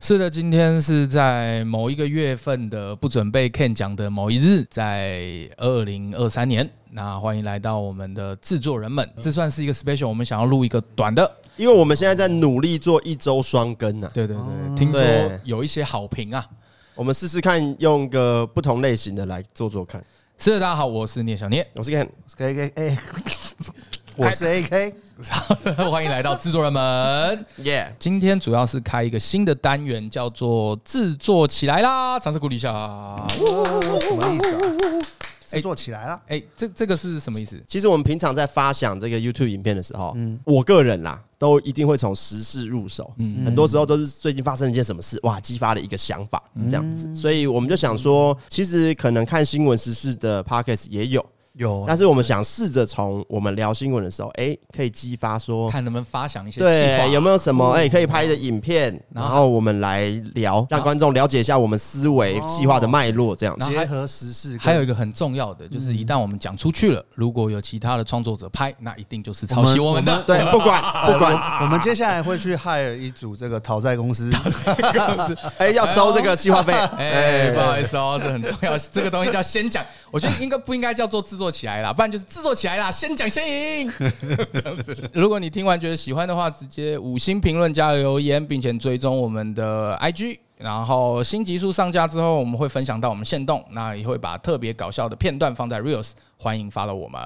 是的，今天是在某一个月份的不准备 Ken 奖的某一日，在二零二三年。那欢迎来到我们的制作人们，嗯这算是一个 special，我们想要录一个短的。因为我们现在在努力做一周双更呢、对对对，听说哦对有一些好评啊。我们试试看用个不同类型的来做做看。是的，大家好，我是聂小聂， 我是看 K K 哎，我是 A K，欢迎来到制作人们。耶，今天主要是开一个新的单元，叫做制作起来啦，掌声鼓励一下。什么意思啊？制作起来了，哎，这这个是什么意思？其实我们平常在发想这个 YouTube 影片的时候，我个人啦，都一定会从时事入手。很多时候都是最近发生了一件什么事，哇，激发了一个想法，这样子。所以我们就想说，其实可能看新闻时事的 Podcast 也有，有但是我们想试着从我们聊新闻的时候，哎，可以激发说。看能不能发想一些计划哦嗯对，有没有什么哎、可以拍的影片，然然后后我们来聊，让观众了解一下我们思维计划的脉络，这样子然。后还结合时事跟，还有一个很重要的，就是一旦我们讲出去了，如果有其他的创作者拍，那一定就是抄袭我们的。对，不管不管，我们接下来会去 hire 一组这个讨债公司，哎、要收这个计划费，哎、 哎，不好意思哦，这很重要，这个东西叫先讲。我觉得应该不应该叫做制作起来啦，不然就是制作起来啦，先讲先赢。这样子如果你听完觉得喜欢的话，直接五星评论加留言，并且追踪我们的 IG。然后新集数上架之后，我们会分享到我们线动，那也会把特别搞笑的片段放在 Reels，欢迎发了我们。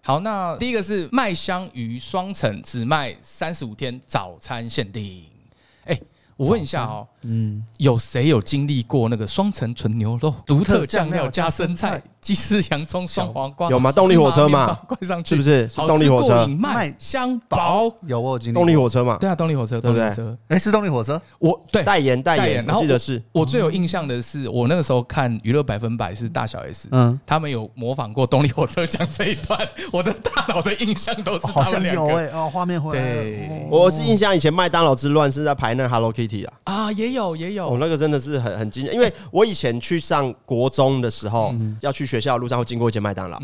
好，那第一个是麦香鱼双层，只卖三十五天，早餐限定。哎，我问一下哦，嗯，有谁有经历过那个双层纯牛肉、独特酱料加生菜、鸡丝洋葱、双黄瓜？有吗动力火车嘛芝麻面包灌上去是不是是好动力吃火车过瘾慢慢香薄。有我有经历过动力，火车嘛，对啊，动力火车，对动不力对火车，哎，是动力火车，我对代言代言，然我后记得是我最有印象的是，我那个时候看《娱乐百分百》是大小 S，嗯嗯，他们有模仿过动力火车讲这一段，我的大脑的印象都是好他们像两有个欸哎，哦，画面回来对了，哦我是印象以前麦当劳之乱是在排那 Hello Kitty 啊，啊，也有也有哦，那个真的是很很惊人，因为我以前去上国中的时候，嗯要去学校的路上会经过一间麦当劳，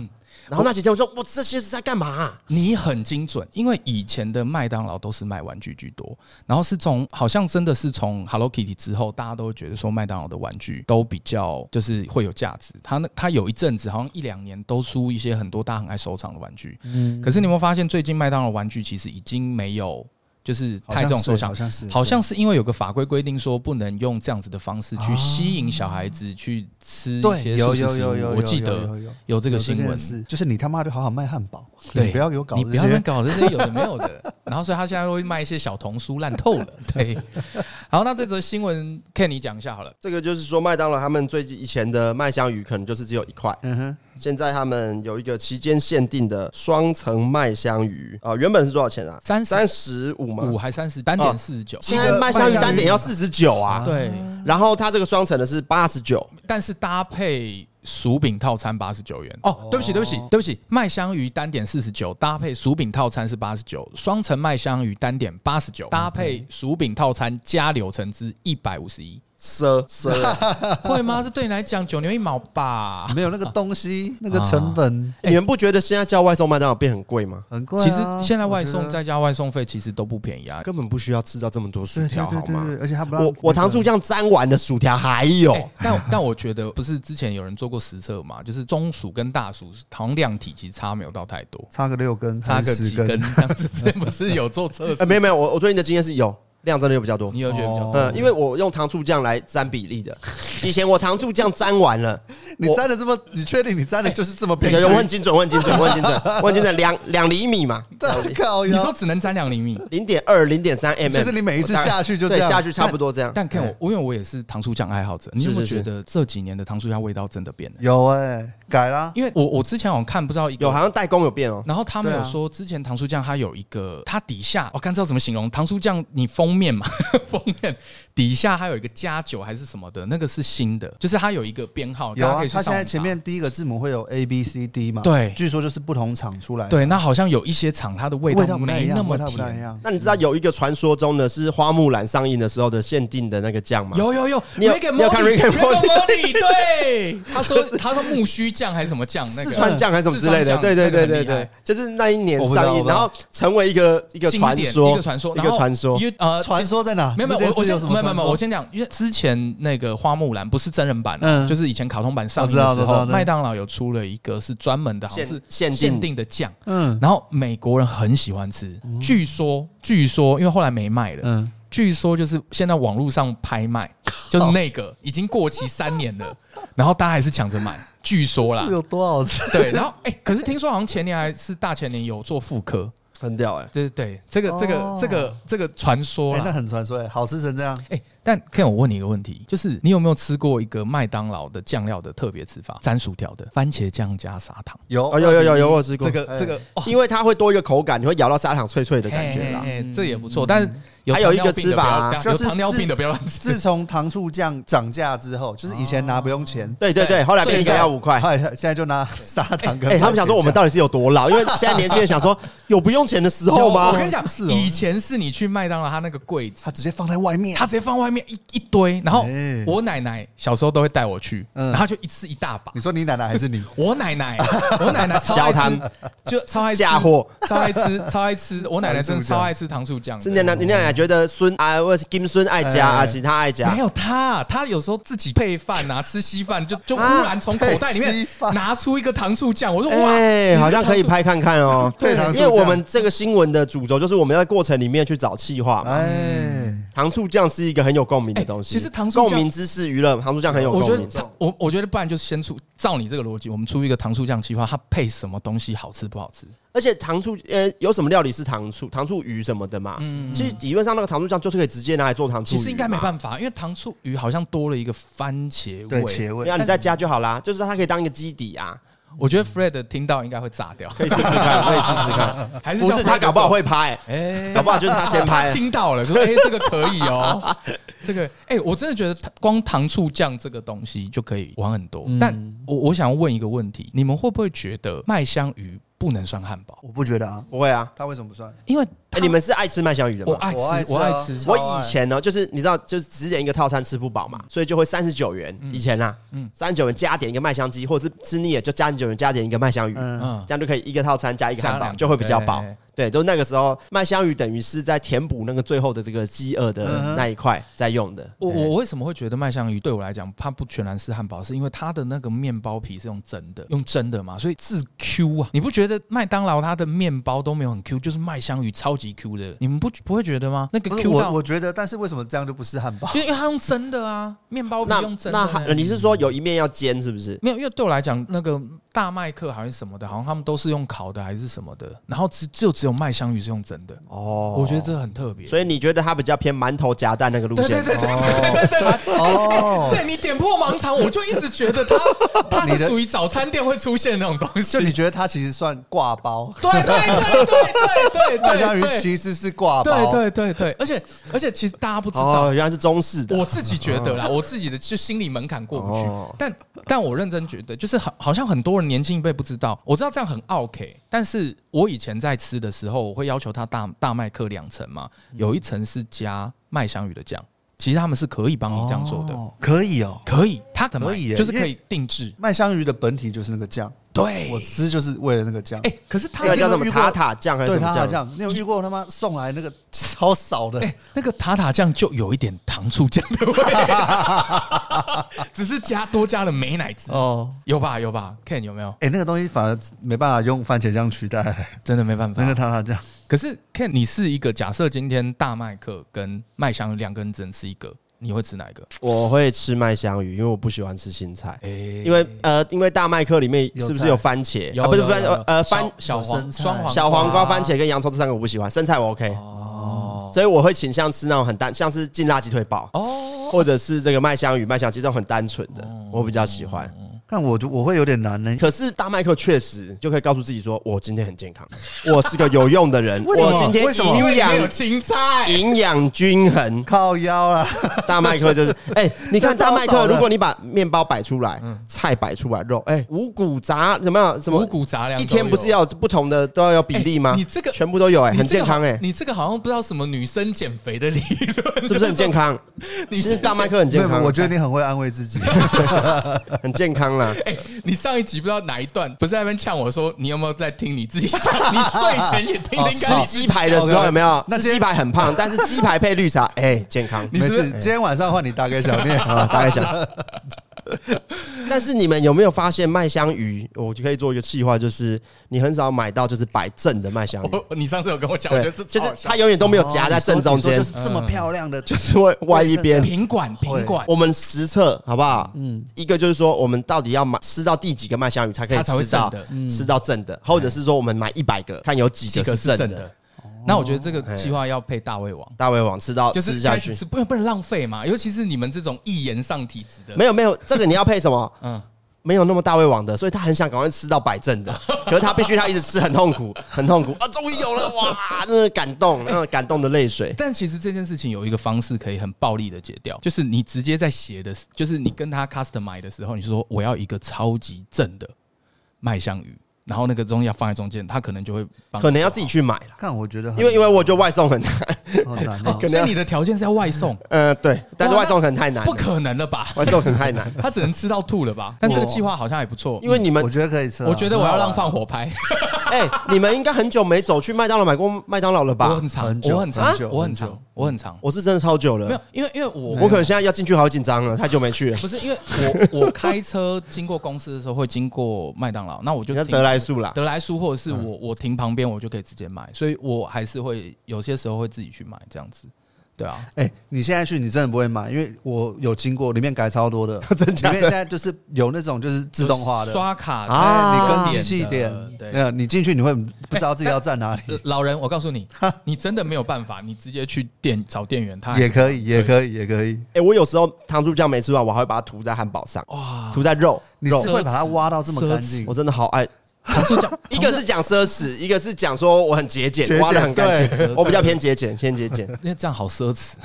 然后那几天我说我这些是在干嘛啊、你很精准，因为以前的麦当劳都是卖玩具居多，然后是从好像真的是从 Hello Kitty 之后，大家都会觉得说麦当劳的玩具都比较就是会有价值。它那它有一阵子好像一两年都出一些很多大家很爱收藏的玩具，可是你有没有发现最近麦当劳玩具其实已经没有就是好太像这种是收藏好，像是，好像是因为有个法规规定说，不能用这样子的方式去吸引小孩子去吃一对，些有素食有食有有物。有，我记有有得有有有这这个新件闻，事就是你他妈就好好卖汉堡，对，你不要给我搞你这不要乱些，搞这些有的没有 的。然后，所以他现在会卖一些小童书，烂透了。对，好，那这则新闻 Ken 你讲一下好了。这个就是说麦当劳他们最近以前的麦香鱼可能就是只有一块，嗯哼，现在他们有一个期间限定的双层麦香鱼啊、原本是多少钱啊？ 30三十五嘛五，还三十单点四十九，现在麦香鱼单点要四十九啊，对，然后它这个双层的是八十九，但是搭配薯饼套餐八十九元。哦，对不起，对不起，对不起，麦香鱼单点四十九，搭配薯饼套餐是八十九，双层麦香鱼单点八十九，搭配薯饼套餐加柳橙汁一百五十 一。奢奢，会吗？这对你来讲九牛一毛吧？没有那个东西，那个成本 你们不觉得现在叫外送麦当劳变很贵吗？很贵啊，其实现在外我觉送得再加外送费其实都不便宜啊，根本不需要吃到这么多薯对对条对好对吗对，？而且他不哎让我我糖醋酱沾完的薯条还有，哦欸但但我觉得不是之前有人做过实测嘛，就是中薯跟大薯好像量体其实差没有到太多，差个六根，差个还是几十根 根，这样子。之前不是有做测试？呃，没有没有，我我最近的经验是有量真的就比较多。你有觉得比较哦嗯，因为我用糖醋酱来沾比例的， 以前我糖醋酱沾完了，你我粘的这么，你确定你哎粘的就是这么平有均？有 我很精准，我很精准，我很精准，我很精准，两两厘米嘛，大靠你腰说只能沾两厘米，零点二、零点三 mm。就是你每一次我大概下去就这对样下去差不多啊这样。但看我，因为我也是糖醋酱爱好者，你有没有觉得这几年的糖醋酱味道真的变了？有哎，改啦，因为我我之前好像看不知道一个有啊好像代工有变哦，然后他们有说，之前糖醋酱它有一个，它底下我刚知道怎么形容糖醋酱，你封面嘛， 封面底下还有一个加酒还是什么的，那个是新的，就是它有一个编号，有大家啊可以，去它现上网在查前面第一个字母会有 A B C D 嘛？对据说就是不同厂出来的，对，那好像有一些厂它的味味道道不太一没样，那么味道不太一甜。样。那你知道有一个传说中的是花木兰上映的时候的限定的那个酱吗？有有有你有，Rick and 你有看 Morty， Rick and Rick and Morty？ Morty，对，他说他说木须酱还是什么酱，那个四川酱还是什么之类四的，川酱对对那对个对很厉害对，就是那一年我不知道上我映，不知然道后成为一个一个经传典说，一个传说，一个传说。然后 you- 呃，传说在哪？没有没这有，我件事我先有什没么有没有传没有，说我先讲，因为之前那个花木兰不是真人版嘛，嗯就是以前卡通版上映我的知时道我知道候，对麦当劳有出了一个是专门的，好像限是限定限定的酱，嗯然后美国人很喜欢吃，据说据说因为后来没卖了，嗯，据说就是现在网络上拍 卖，就是那个已经过期三年了，然后大家还是抢着买，据说啦哦这，有多好吃？对，然后哎、可是听说好像前年还是大前年有做复刻，很屌哎、对对，这个这个哦这个这个传说哎，啦那。很传说哎，好吃成这样，哎、但 Ken，我问你一个问题，就是你有没有吃过一个麦当劳的酱料的特别吃法？沾薯条的，番茄酱加砂糖，有哦，有有有有，我有吃过哎这个这个哦，因为它会多一个口感，你会咬到砂糖脆脆的感觉啦。嗯嘿嘿嘿哎这也不错。但是有还有一糖尿个病的吃法啊不要就有是糖尿病的不要乱自吃。从糖醋酱涨价之后，就是以前拿不用哦钱，对对对，后来变一个要五块。后来现在就拿砂糖跟。哎、他们想说我们到底是有多 老？因为现在年轻人想说有不用钱的时候吗我？跟你讲，是哦以前是你去麦当劳，他那个柜子，他直接放在外面，他直接放外面一一堆，然后哎我奶奶小时候都会带我去，嗯然后就一次一大把你。说你奶奶还是你？我奶奶，我奶奶超爱小吃摊，就超爱吃嫁祸，超爱吃，超爱吃。我奶奶真的糖醋酱超爱吃糖醋酱的，是奶奶，你奶奶觉得孙啊，或是金孙爱加哎啊，其他爱加没。有他，他有时候自己配饭啊，吃稀饭就就忽啊然从口袋里配稀面饭拿出一个糖醋酱，我说哇，哎，你好像这个可以糖醋拍看看哦。对糖醋因为我们这个新闻的主轴就是我们在过程里面去找气化嘛。哎，糖醋酱是一个很有共鸣的东哎西。其实糖醋酱共鸣知识娱乐，糖醋酱很有我共觉得鸣。他，我我觉得不然就先出，照你这个逻辑，我们出一个糖醋酱计划，它配什么东西好吃不好吃？而且糖醋呃，有什么料理是糖醋糖醋鱼什么的嘛？其实理论上那个糖醋酱就是可以直接拿来做糖醋嗯鱼其嘛。实应该没办法，因为糖醋鱼好像多了一个番茄对，味。茄对味啊，你再加就好啦，就是它可以当一个基 底啊，我觉得 Fred 听到应该会炸 掉，可以试试看，可以试 试看。还是不叫是他 Fred 搞不好做，会拍，哎搞不好就是他先他拍。啊 听到了，说哎、这个可以哦， 这个哎、我真的觉得它光糖醋酱这个东西就可以玩很多。嗯但我我想问一个问题，你们会不会觉得麦香鱼不能算汉堡？我不觉得啊，不会啊，他为什么不算？因为哎，你们是爱吃麦香鱼的我吗？爱吃，我爱吃啊我爱吃，我超爱以前呢，就是你知道，就是只点一个套餐吃不饱嗯嘛，所以就会三十九元。以前啊，三十九元加点一个麦香鸡，或者是吃腻了就加九元加点一个麦香鱼，嗯，嗯这样就可以一个套餐加一个汉加堡，两个就会比较饱对对。对，就那个时候麦香鱼等于是在填补那个最后的这个饥饿嗯的那一块在用的。我我为什么会觉得麦香鱼对我来讲，它不全然是汉堡，是因为它的那个面包皮是用蒸的，用蒸的嘛，所以自 Q 啊！你不觉得麦当劳它的面包都没有很 Q，就是麦香鱼超级 Q 的，你们不不会觉得吗？那个不是 Q 我，到我，觉得，但是为什么这样就不是 汉堡？就因为它用蒸的啊，面包皮那用蒸的那呢、还你是说有一面要煎是不是？没有，因为对我来讲，那个大麦克好像是什么的，好像他们都是用烤的还是什么的，然后只就只有麦香鱼是用蒸的，哦，我觉得这很特别。所以你觉得它比较偏馒头夹蛋那个路线？对对对对哦，哦，对你点破盲肠，我就一直觉得它它你是的属于早餐店会出现的那种东西。就你觉得它其实算挂包，对对对对对对对，麦香鱼对其实是挂包，对对对对，而且而且其实大家不知道。哦，原来是中式的。我自己觉得啦，我自己的就心理门槛过不去，哦但但我认真觉得，就是好，好像很多人年轻一辈不知道，我知道这样很 OK，但是我以前在吃的时候，我会要求它大大麦克两层嘛，有一层是加麦香鱼的酱，其实他们是可以帮你这样做的，哦，可以哦。可以，它的可以耶就是因为可以定制，麦香鱼的本体就是那个酱，对，我吃就是为了那个酱。哎，可是他那个叫什么遇过塔塔酱还是对什塔塔么酱？酱，你有遇过他妈送来那个超少的？哎，那个塔塔酱就有一点糖醋酱的味 道，只是加多加了美乃滋，哦，有吧有吧？Ken 有没有？哎，那个东西反而没办法用番茄酱取代，真的没办法那。个塔塔酱。可是 Ken，你是一个假设今天大麦克跟麦香两根针是一个，你会吃哪一个？我会吃麦香鱼，因为我不喜欢吃青菜。因因为呃，因为大麦克里面有是不是菜有番茄？有啊不是有不是有有呃有番小小黄生菜双黄小黄瓜、番茄跟洋葱这三个我不喜欢，生菜我 OK，哦所以我会倾向吃那种很单，像是劲辣鸡腿堡，哦，或者是这个麦香鱼、麦香鸡这种很单纯的，我比较喜欢。但我就我会有点难呢。可是大麦克确实就可以告诉自己说，我今天很健康， 我是个有用的人，为什么我今天为什么因为营里面有养青菜，营养均 衡。靠腰啊，大麦克就是，哎，你看这超大麦少克，的如果你把面包摆出来，菜摆出来，肉，哎，五谷杂怎么样？什么五谷杂粮一天不是要有不同的都要有比例吗？哎你这个全部都有哎、你这个很健康哎、你这个好像不知道什么女生减肥的理论，是不是很健康？康？ 你其实大麦克很没有健没有，康，我觉得你很会安慰自己。很健康啦。 哎、你上一集不知道哪一段，不是在那边呛我说你有没有在听你自己讲？你睡前也 听听看吃你自己鸡排的时候 OK，OK 有哦没有？那吃今天鸡排很 胖，但是鸡排配绿茶， 哎，健康。没事，今天晚上换你哦打给小 念。啊，大概想。但是你们有没有发现麦香鱼？我就可以做一个计划，就是你很少买到就是摆正的麦香鱼，我你上次有跟我讲，我 觉得这，对就超好是笑它永远都没有夹在正中哦间你，说你说就是嗯这么漂亮的，就就是是 会歪一边。品管品管，我们实测好不好？嗯，一个就是说，我们到底要买吃到第几个麦香鱼才可以它才会吃到正的吃到正的，或者是说我们买一百个，看有几几个个是是正正的。的。那我觉得这个计划要配大胃王，大胃王吃到就吃是下开始去，吃，不能不能浪费嘛，尤其是你们这种一言上体质的， 没有没有，这个你要配什么？嗯，没有那么大胃王的，所以他很想赶快吃到摆正 的，可是他必须他一直吃，很痛苦，很痛苦啊！终于有了哇，真的感 动，那种感动的泪水。但其实这件事情有一个方式可以很暴力的解掉，就是你直接在写的，就是你跟他 customize 的时候，你说我要一个超级正的麦香鱼，然后那个东西要放在中间，他可能就会帮你可能要自己去买了，看我觉得很，因为因为我觉得外送很 难，好 难哦哦。可能所要以你的条件是要外送，呃，对，但是哇外送可能太难了不，可能了吧？外送可能太难，他只能吃到吐了吧？但这个计划好像也不错，因为你们我觉得可以吃啊。我觉得我要让很好放火拍， 哎、你们应该很久没走去麦当劳买过麦当劳了我吧很？长很，久我很很长久，我很很久长，我很长，我是真的超久没有了，，因为因为我我可能现在要进去好紧张了，太久没去了。不是因为我我开车经过公司的时候会经过麦当劳，那 我就你看停得 来速啦，得来速或者是嗯我我停旁边我就可以直接买，所以我还是会有些时候会自己去买这样子，对啊，哎、你现在去你真的不会买，因为我有经过，里面改 超多的，真假的里面现在就是有那种就是自动化的，刷卡啊哎你跟机器点点的，对没有你进去你会不知道自己要站哪里，呃老人，我告诉你，你真的没有办法，你直接去店找店员，他还也可以，也以可以，也可以。哎、我有时候糖醋酱没吃完，我还会把它涂在汉堡上，哇，涂在肉。你是奢侈会把它挖到这么干净我？真的好爱，糖醋酱一个是讲奢侈，一个是讲说我很节节俭，俭挖的很干对净。我比较偏节俭，偏节 俭。因为这样好奢侈，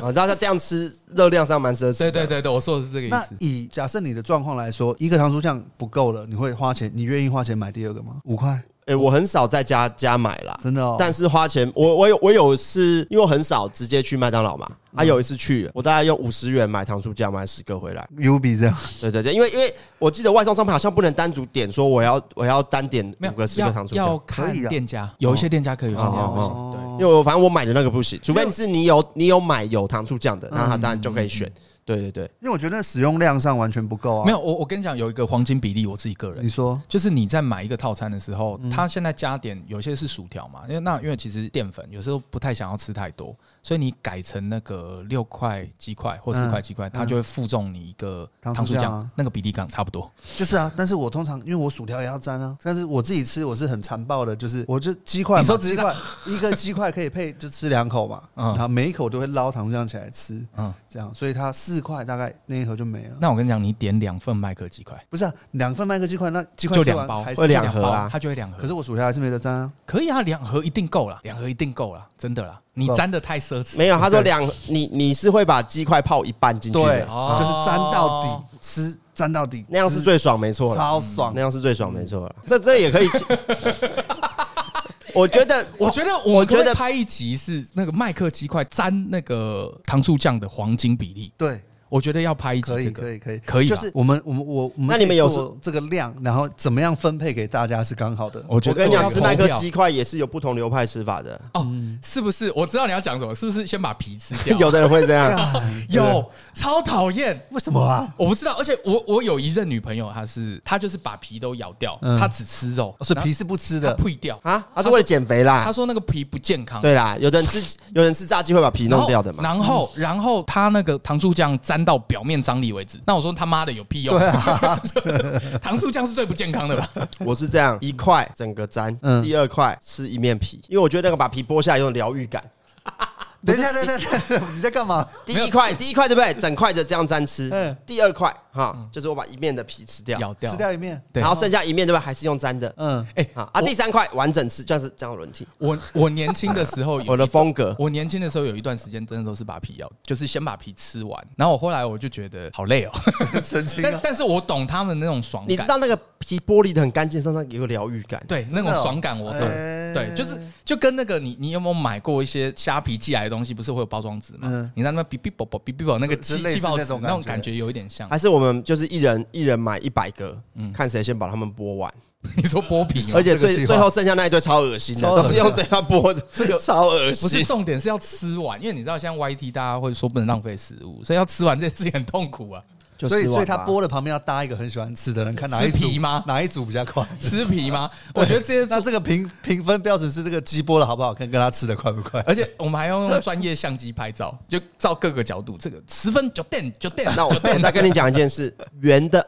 啊，然后他这样吃，热量上蛮奢侈。对对，对对，我说的是这个意那思。以假设你的状况来说，一个糖醋酱不够了，你会花钱，你愿意花钱买第二个吗？五块，哎，我很少在家家买啦，真的哦。但是花钱，我我有我有是因为我很少直接去麦当劳嘛，嗯啊，有一次去，我大概用五十元买糖醋酱，买十个回来。 U B 这样，对对对，因为因为我记得外送商品好像不能单独点，说我要我要单点没五有个十个要糖醋要酱，看可以啊店家，有一些店家可以，有一些店家不哦行。对，因为我反正我买的那个不行，除非你是你有你有买有糖醋酱的，那他当然就可以嗯选。对对对，因为我觉得使用量上完全不够啊。没有，我我跟你讲，有一个黄金比例，我自己个人你，说就是你在买一个套餐的时嗯候，它现在加点有些是薯条嘛，因为那因为其实淀粉有时候不太想要吃太多，所以你改成那个六块鸡块或四块鸡块，它就会附送你一个糖糖嗯醋醋酱啊酱，那个比例刚差不多。就是啊，但是我通常因为我薯条也要沾啊，但是我自己吃我是很残暴的，就是我就鸡块嘛，你说直鸡接块一个鸡块可以配就吃两口嘛，嗯然后每一口都会捞糖浆起来吃，嗯，这样，所以它四块大概那一盒就没了。那我跟你讲，你点两份麦克鸡块，不是啊，两份麦克鸡块，那鸡块就吃两包完还会是两就盒包啊它就会两盒。可是我薯条还是没得沾啊。可以啊，两盒一定够了，两盒一定够了，真的啦，你不沾的太奢侈。没有，他说对两，你你是会把鸡块泡一半进去的，哦就是沾到底，吃沾到底，那样是最爽，没错吃啦，超爽那。嗯样是最爽，没错啦。这这也可以， 哎我觉得我觉得我我们可不觉可以得拍一集是那个麦克鸡块沾那个糖醋酱的黄金比例。对，我觉得要拍一集可以这个，可以可以可以吧就是我们我们我我们那你们有可以做这个量，然后怎么样分配给大家是刚好的。我觉我得跟你要讲，吃那颗投票鸡块也是有不同流派吃法的，哦，是不是？我知道你要讲什么，是不是先把皮吃掉？有的人会这 样。有超讨厌，为什么啊？我不知道。而且我我有一任女朋友，她是她就是把皮都咬掉，嗯她只吃肉，所以然皮是不吃后她的，退掉。啊，他是为了减肥啦她。说那个皮不健康，对啦，有的人吃有人吃炸鸡会把皮然后，弄掉的嘛。然后，然后他那个糖醋酱沾到表面张力为止。那我说他妈的有屁用？对啊， 糖醋酱是最不健康的吧？我是这样，一块整个粘，嗯第二块吃一面皮，因为我觉得那个把皮剥下来有种疗愈感。等一下，等一下，等一下，你 在干嘛？第一块，第一块对不对？整块的这样沾吃嗯。第二块哈，就是我把一面的皮吃嗯掉，咬掉吃。掉一面，对然后剩下一面对不对？还是用沾的。嗯，哎、啊啊！第三块完整吃，这样子这样轮替。我我年轻的时候有一， 我的风格，我年轻的时候有一段时间真的都是把皮咬，就是先把皮吃完。然后我后来我就觉得好累哦，神经但啊！但是我懂他们那种爽你感知。道那个皮剥离的很干净，身上有个疗愈感。对，那种哦爽感我懂。哎对，就是就跟那个你你有没有买过一些虾皮寄来的东西，不是会有包装纸吗？嗯你在那边哔哔啵啵哔哔啵那个就气是类似气泡纸那种那种感感觉觉有一点像。还是我们就是一人一人买一百个，看谁先把它们剥完，你说剥皮吗而？且嗯哦这最个计划最后剩下那一堆超恶心的，超恶都心是用嘴巴剥的，这个超恶不是心。重点是要吃完，因为你知道现在 YT 大家会说不能浪费食物，所以要吃完这件事情很痛苦啊。就所以吃完所以他吧剥的旁边要搭一个很喜欢吃的人，看哪一吃皮组吗哪一组比较快？ 吃皮吗？我觉得这些那这个评评分标准是这个鸡剥的好不好看，跟他吃的快不快？而且我们还要用专业相机拍照，就照各个角度，这个十分就电就电。那我我再跟你讲一件事，圆的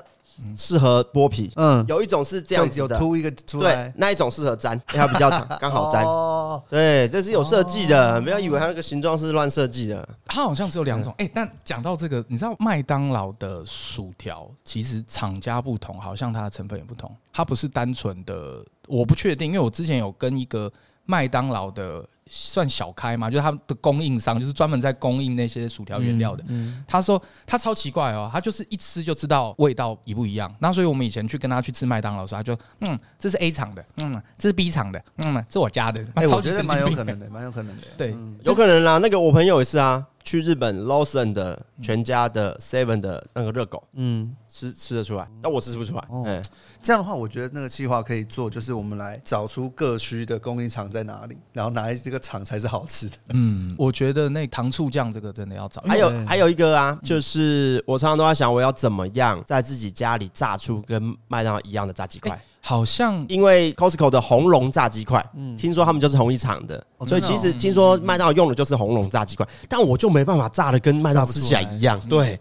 适合剥皮，嗯，有一种是这这样子有的，凸一个出对来，，那一种适合粘，因为它比较长，刚好粘。哦，对，这是有设计的，不要以为它那个形状是乱设计的。它好像只有两种。哎、但讲到这个，你知道麦当劳的薯条其实厂家不同，好像它的成分也不同，它不是单纯的，我不确定，因为我之前有跟一个麦当劳的。算小开嘛，就是它的供应商，就是专门在供应那些薯条原料的。嗯他说他超奇怪哦，他就是一吃就知道味道一不一样。那所以我们以前去跟他去吃麦当劳的时候，他就嗯，这是 A 厂的，嗯，这是 B 厂的，嗯，这我家的。哎，超我级觉得神蛮经有病可的能的，蛮有可能的。对嗯有可能啦，那个我朋友也是啊，去日本 Lawson 的全家的 Seven 的那个热狗嗯，吃吃得出来，但我吃不出来。哦嗯，这样的话，我觉得那个计划可以做，就是我们来找出各区的供应厂在哪里，然后哪一这个厂才是好吃的。嗯，我觉得那糖醋酱这个真的要找，因为还有还有一个嗯啊，就是我常常都在想，我要怎么样在自己家里炸出跟麦当劳一样的炸鸡块哎。好像因为 Costco 的红龙炸鸡块，嗯听说他们就是同一厂的，哦所以真的啊其哦实听说麦当劳用的就是红龙炸鸡块，但我就没办法炸的跟麦当劳吃起来一样。对，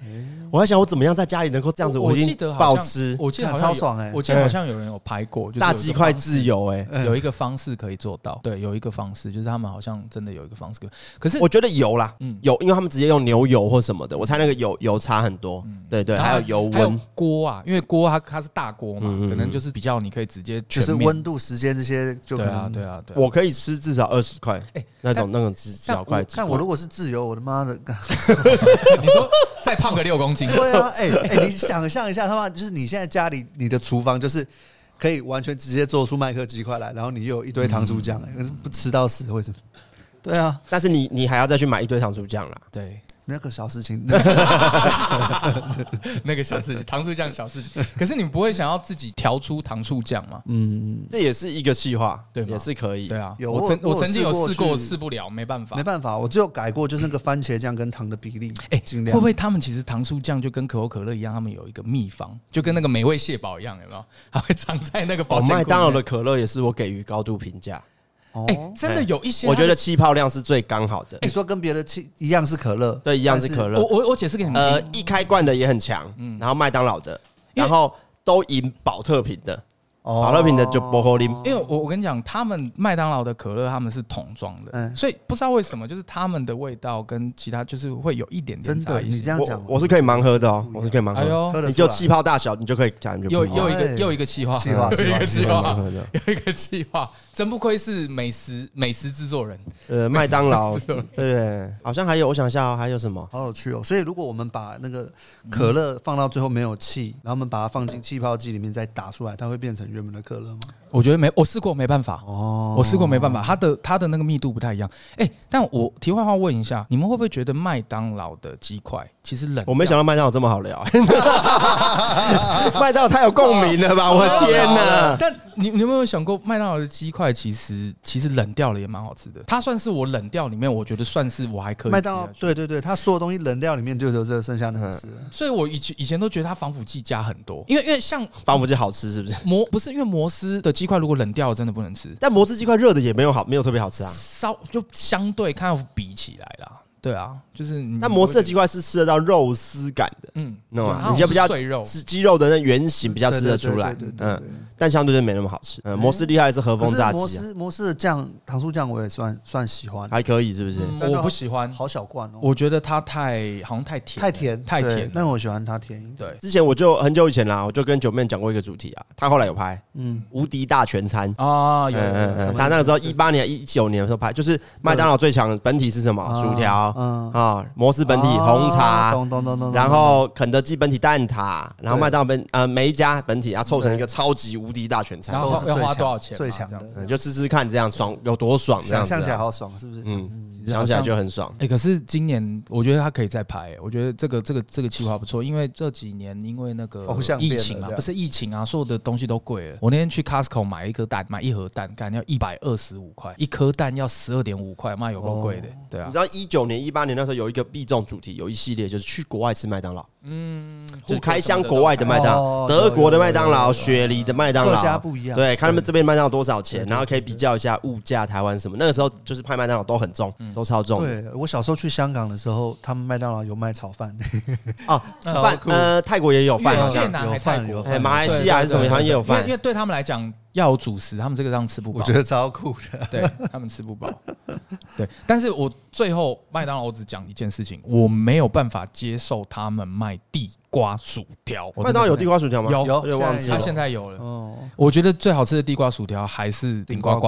我在想我怎么样在家里能够这样子，嗯我已记经得好暴像吃我记得好看像超有爽哎我记得好像有人有拍过，就是有一炸个鸡块方式自由哎、有一个方式可以做到，对，有一个方式就是他们好像真的有一个方式可以，可是我觉得油啦，嗯油，因为他们直接用牛油或什么的，我猜那个油油差很多，对对，嗯然后还有油还有温，锅啊，因为锅它它是大锅嘛嗯嗯，嗯可能就是比较你可以直接 就全是面温度、时间这些，就可对啊能对啊对啊，我可以吃至少二十块哎，那种那种至至少快。看我如果是自由，我的 妈的！你说再胖个六公 斤，对啊，哎、哎、你想象一下，他妈就是你现在家里你的厨房就是可以完全直接做出麦克鸡块来，然后你又有一堆糖醋酱、哎嗯可是不吃到死会怎么？对 啊，但是你你还要再去买一堆糖醋酱啦，对，那个小事情，那个那个小事情，糖醋酱小事情，可是你不会想要自己调出糖醋酱吗？这也是一个计划，嗯对吗也是可以对。啊，有我我曾我有曾经有试过试过，去试不了，没办法没，办法，我只有改过就是那个番茄酱跟糖的比例，哎、尽会量不会他们其实糖醋酱就跟可口可乐一样，他们有一个秘方，就跟那个美味蟹堡一样，有没有？它会藏在那个保哦，险柜里面麦当劳的，可乐也是我给予高度评价，哦哎、真的有一些，我觉得气泡量是最刚好的你。说跟别的气一样是可乐，对，一样是可它们乐哎我。我我解释给你们听，呃，一开罐的也很强，然后麦当劳的，因为然后都赢保特瓶的，哦保特瓶的就薄荷林。因为我我跟你讲，他们麦当劳的可乐他们是桶装的，嗯所以不知道为什么，就是他们的味道跟其他就是会有一点点真差的，异你性。这样我讲，我是可以盲喝的哦，我是可以盲哎喝，喝呦，得你出来就气泡大小，你就可以感觉不又一样又一个哎又一个气话，气 话又一个气气话话气话，又一个气话，真不愧是美食美食制作人。呃，麦当劳，对不对，好像还有，我想一下哦，还有什么？好有趣哦！所以如果我们把那个可乐放到最后没有气，然后我们把它放进气泡机里面再打出来，它会变成原本的可乐吗？我觉得没，我试过没办法，哦我试过没办法，它的它的那个密度不太一样。哎，但哦我题外话问一下，你们会不会觉得麦当劳的鸡块其实冷？我没想到麦当劳这么好聊，麦当劳太有共鸣了吧！我的天哪！但你你有没有想过，麦当劳的鸡块其实其实冷掉了也蛮好吃的，它算是我冷掉里面，我觉得算啊是我还可以麦吃当劳下去对对对，它所有东西冷料里面就只有这剩下能吃了。所以我以前以前都觉得它防腐剂加很多，因为因为像防腐剂好吃是不是？摩不是因为摩斯的鸡块如果冷掉了真的不能吃，但摩斯鸡块热的也没有好，没有特别好吃啊。稍就相对看要比起来啦，对啊，就是你但摩斯的鸡块，块是吃得到肉丝感的，嗯，你懂对吗？它你就好像比较是碎肉吃鸡肉的那原型比较吃得出来对对，对对嗯对，但相对就没那么好吃。嗯，摩斯厉害的是和可风是炸摩鸡啊，斯摩斯的酱糖醋酱我也算算喜欢，还可以是不是？嗯但我不喜欢，好小罐哦，我觉得它太好像太甜了，太甜太对甜了，但我喜欢它甜一点。对之前我就很久以前啦，我就跟九妹讲过一个主题啊，她后来有拍《嗯，无敌大全餐》。啊，有有有嗯什嗯，么他那个时候一八年、一九年的时候拍，就是麦当劳最强的本体是什么？薯条嗯啊，摩斯本体红啊茶，懂懂懂懂。懂然后肯德基本体蛋挞，然后对麦当劳本呃每一家本体，然后凑成一个超级无敌大全然餐，后都是要最花强多少钱嘛最强这样的子，嗯就试试看这样爽有多爽这样想子象起来啊。好爽，是不是？嗯，想起来就很爽。哎、可是今年我觉得他可以再拍、欸我觉得这个这个这个计划不错，因为这几年因为那个风向变疫了情啊这，样不是疫情啊，所有的东西都贵了。我那天去 Costco 买一颗蛋，买一盒蛋，干要一百二十五块，一颗蛋要十二点五块，妈有够贵哦的、对啊你知，道一九年、一八年那时候有一个必中主题，有一系列就是去国外吃麦当劳，嗯，就是开箱国外的麦当劳，哦德国的麦当有有有有劳、有雪梨的麦当劳，各家不一样对，看他们这边麦当劳多少钱，然后可以比较一下物价，台湾什么。那个时候就是拍麦当劳都很重，都超重的对我小时候去香港的时候，他们麦当劳有卖 炒饭，哦。超饭酷呃，泰国也有饭，好越越像南还有泰饭国有哎，饭，马来西亚还是什么好像也有因为饭因。为对他们来讲要有主食，他们这个让吃不饱，我觉得超酷 的。对他们吃不饱。对，但是我最后麦当劳我只讲一件事情，我没有办法接受他们卖地瓜薯条。我真的麦当劳有不能地瓜薯条吗？有我有点忘记他了有。现在有了。哦，我觉得最好吃的地瓜薯条还是嗯顶呱呱，，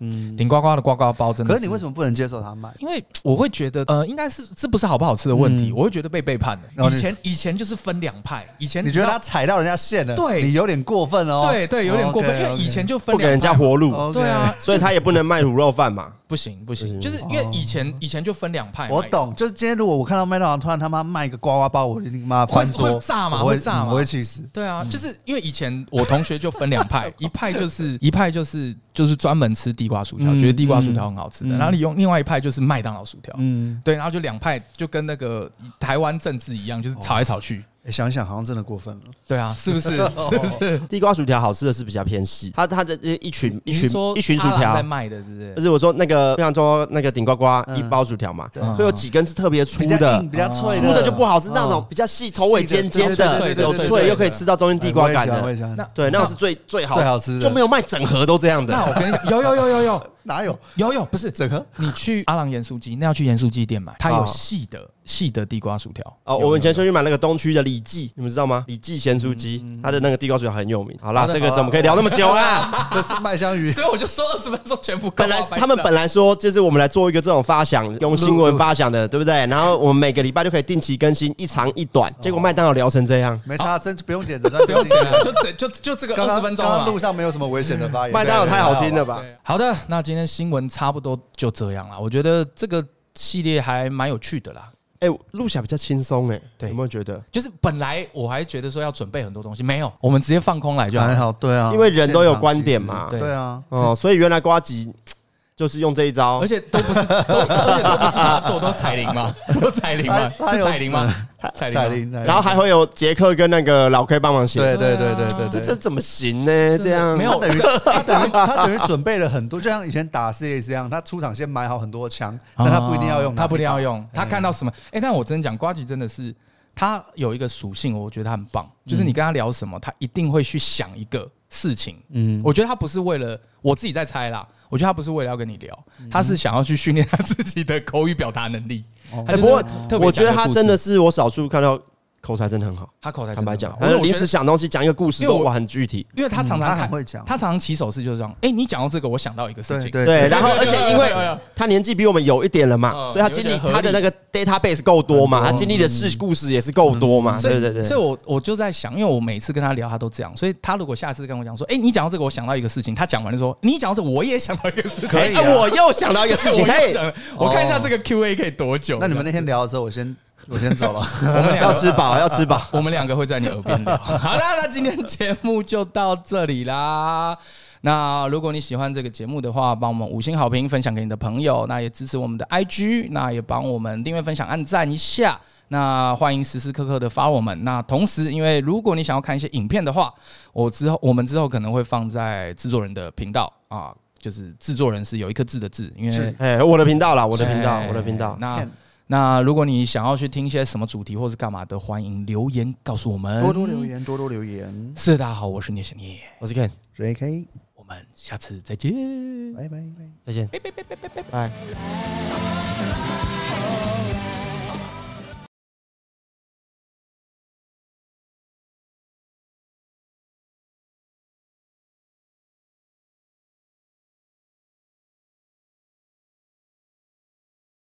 嗯。顶呱呱的呱呱包真的。可是你为什么不能接受他卖？因为我会觉得，呃，应该是这不是好不好吃的问题，嗯我会觉得被背叛然了。后你以前以前就是分两派，以前你觉得知他道踩到人家线了，对你有点过分哦。对对有点过分，因为以前就分不给两人家派嘛活路，哦对啊，所以他也不能卖卤肉饭嘛。不行不不行，行就是因为以前以前就分两派嘛，我懂，就是今天如果我看到麦当劳突然他妈卖个呱呱包，我一定妈翻会桌会炸吗我会会炸吗嗯我会气死。对啊，就是因为以前我同学就分两派，一派就是一派就是就是专门吃地瓜薯条，嗯觉得地瓜薯条很好吃的，嗯然后你用另外一派就是麦当劳薯条，嗯，对，然后就两派就跟那个台湾政治一样，哦就是吵来吵去。欸想想好像真的过分了。对啊，是不 是？哦是不是？地瓜薯条好吃的是比较偏细，它它的这一群一你是群说一群薯阿郎条在，卖的，是不？就是是我说那个，比方说那个顶呱呱嗯一包薯条嘛，嗯会有几根是特别粗比较的硬、，比较脆粗的就不好吃，嗯那种比较细、头尾尖尖细的的对对，对有对对脆对又可以吃到中间地瓜感的，哎我也喜欢我也喜欢那对，那种是最最好最好吃的就没有卖整盒都这样那的。我跟你讲，有有有有 有哪有 有有，不是整个？你去阿郎盐酥鸡，那要去盐酥鸡店买，它哦有细的细的地瓜薯条。哦，有我们以前有说去买那个东区的李记，你们知道吗？李记咸酥鸡，它的那个地瓜薯条很有名。好啦好，的这个好啦怎么可以聊那么久 啊？这是麦香鱼 有，所以我就说二十分钟全部够本了来白痴啊他们本来说，就是我们来做一个这种发想，用新闻发想的，对不对？然后我们每个礼拜就可以定期更新，一长一短。结果麦当劳聊成这样，没差，真不用剪，真的不用剪了，就整就就这个刚二刚十分钟啊刚了刚路嘛。上没有什么危险的发言。麦当劳太好听了吧？对好的，那今天新闻差不多就这样了。我觉得这个系列还蛮有趣的啦。哎、录起来比较轻松哎，对有没有觉得？就是本来我还觉得说要准备很多东西，没有，我们直接放空来就好。还好，对啊，因为人都有观点嘛现场其实对啊，哦，所以原来瓜吉就是用这一招而，且都不是，都而且都不是他做，都彩铃嘛，都彩铃嘛， 他他是有彩铃吗？彩彩铃铃，吗。彩铃然后还会有杰克跟那个老 K 帮忙写，对对对对对，这对这怎么行呢？这样没有他等于他等于他等于准备了很多，就像以前打 CS 一样，他出场先买好很多枪，但他不一定要用，啊他不一定要。用，嗯他看到什么？哎，但我真的讲，瓜吉真的是他有一个属性，我觉得他很棒，就是嗯你跟他聊什么，他一定会去想一个事情。嗯，我觉得他不是为了我自己在猜啦，我觉得他不是为了要跟你聊，嗯他是想要去训练他自己的口语表达能力。他哎，就是不过特别我觉得讲一个他故真的事是我少数看到口才真的很好，他口才坦真的白很讲好，他因为就我临觉时嗯得，想东西，讲一个故事因为都我哇很具体。因为他常常他很看会讲他常常起手势就是这样，哎，你讲到这个，我想到一个事对情，对对，然后而且有有因有为有他年纪比我们有一点了嘛，嗯所以他经有历点合理他的那个 database 够多嘛，很多他经历的事故事也是够多嘛，所以对对对。嗯所以我我就在想，因为我每次跟他聊，他都这样，所以他如果下次跟我讲说，哎，你讲到这个，我想到一个事情，他讲完了说，你讲到这个，我也想到一个事情，可以啊哎 我又想到一个事情，我又嘿，想了，我看一下这个 Q A 可以多久？那你们那天聊的时候，我先我先 走了。我们两要个，吃饱，要吃饱。 我们两个会在你耳边聊。好啦，那今天节目就到这里啦。那如果你喜欢这个节目的话，帮我们五星好评，分享给你的朋友，那也支持我们的 IG，那也帮我们订阅、分享、按赞一下。那欢迎时时刻刻的发我们。那同时，因为如果你想要看一些影片的话，我之后我们之后可能会放在制作人的频道啊，就是制作人是有一颗痣的痣，因为是哎，我的频道啦，我的频道哎，我的频道。那看那如果你想要去听一些什么主题或是干嘛的，欢迎留言告诉我们。多多留。言，多多留言。是的，大家好，我是聂小聂，我是 Ken，谁 K，我们下次再见。拜拜拜。再见，拜拜拜拜拜拜。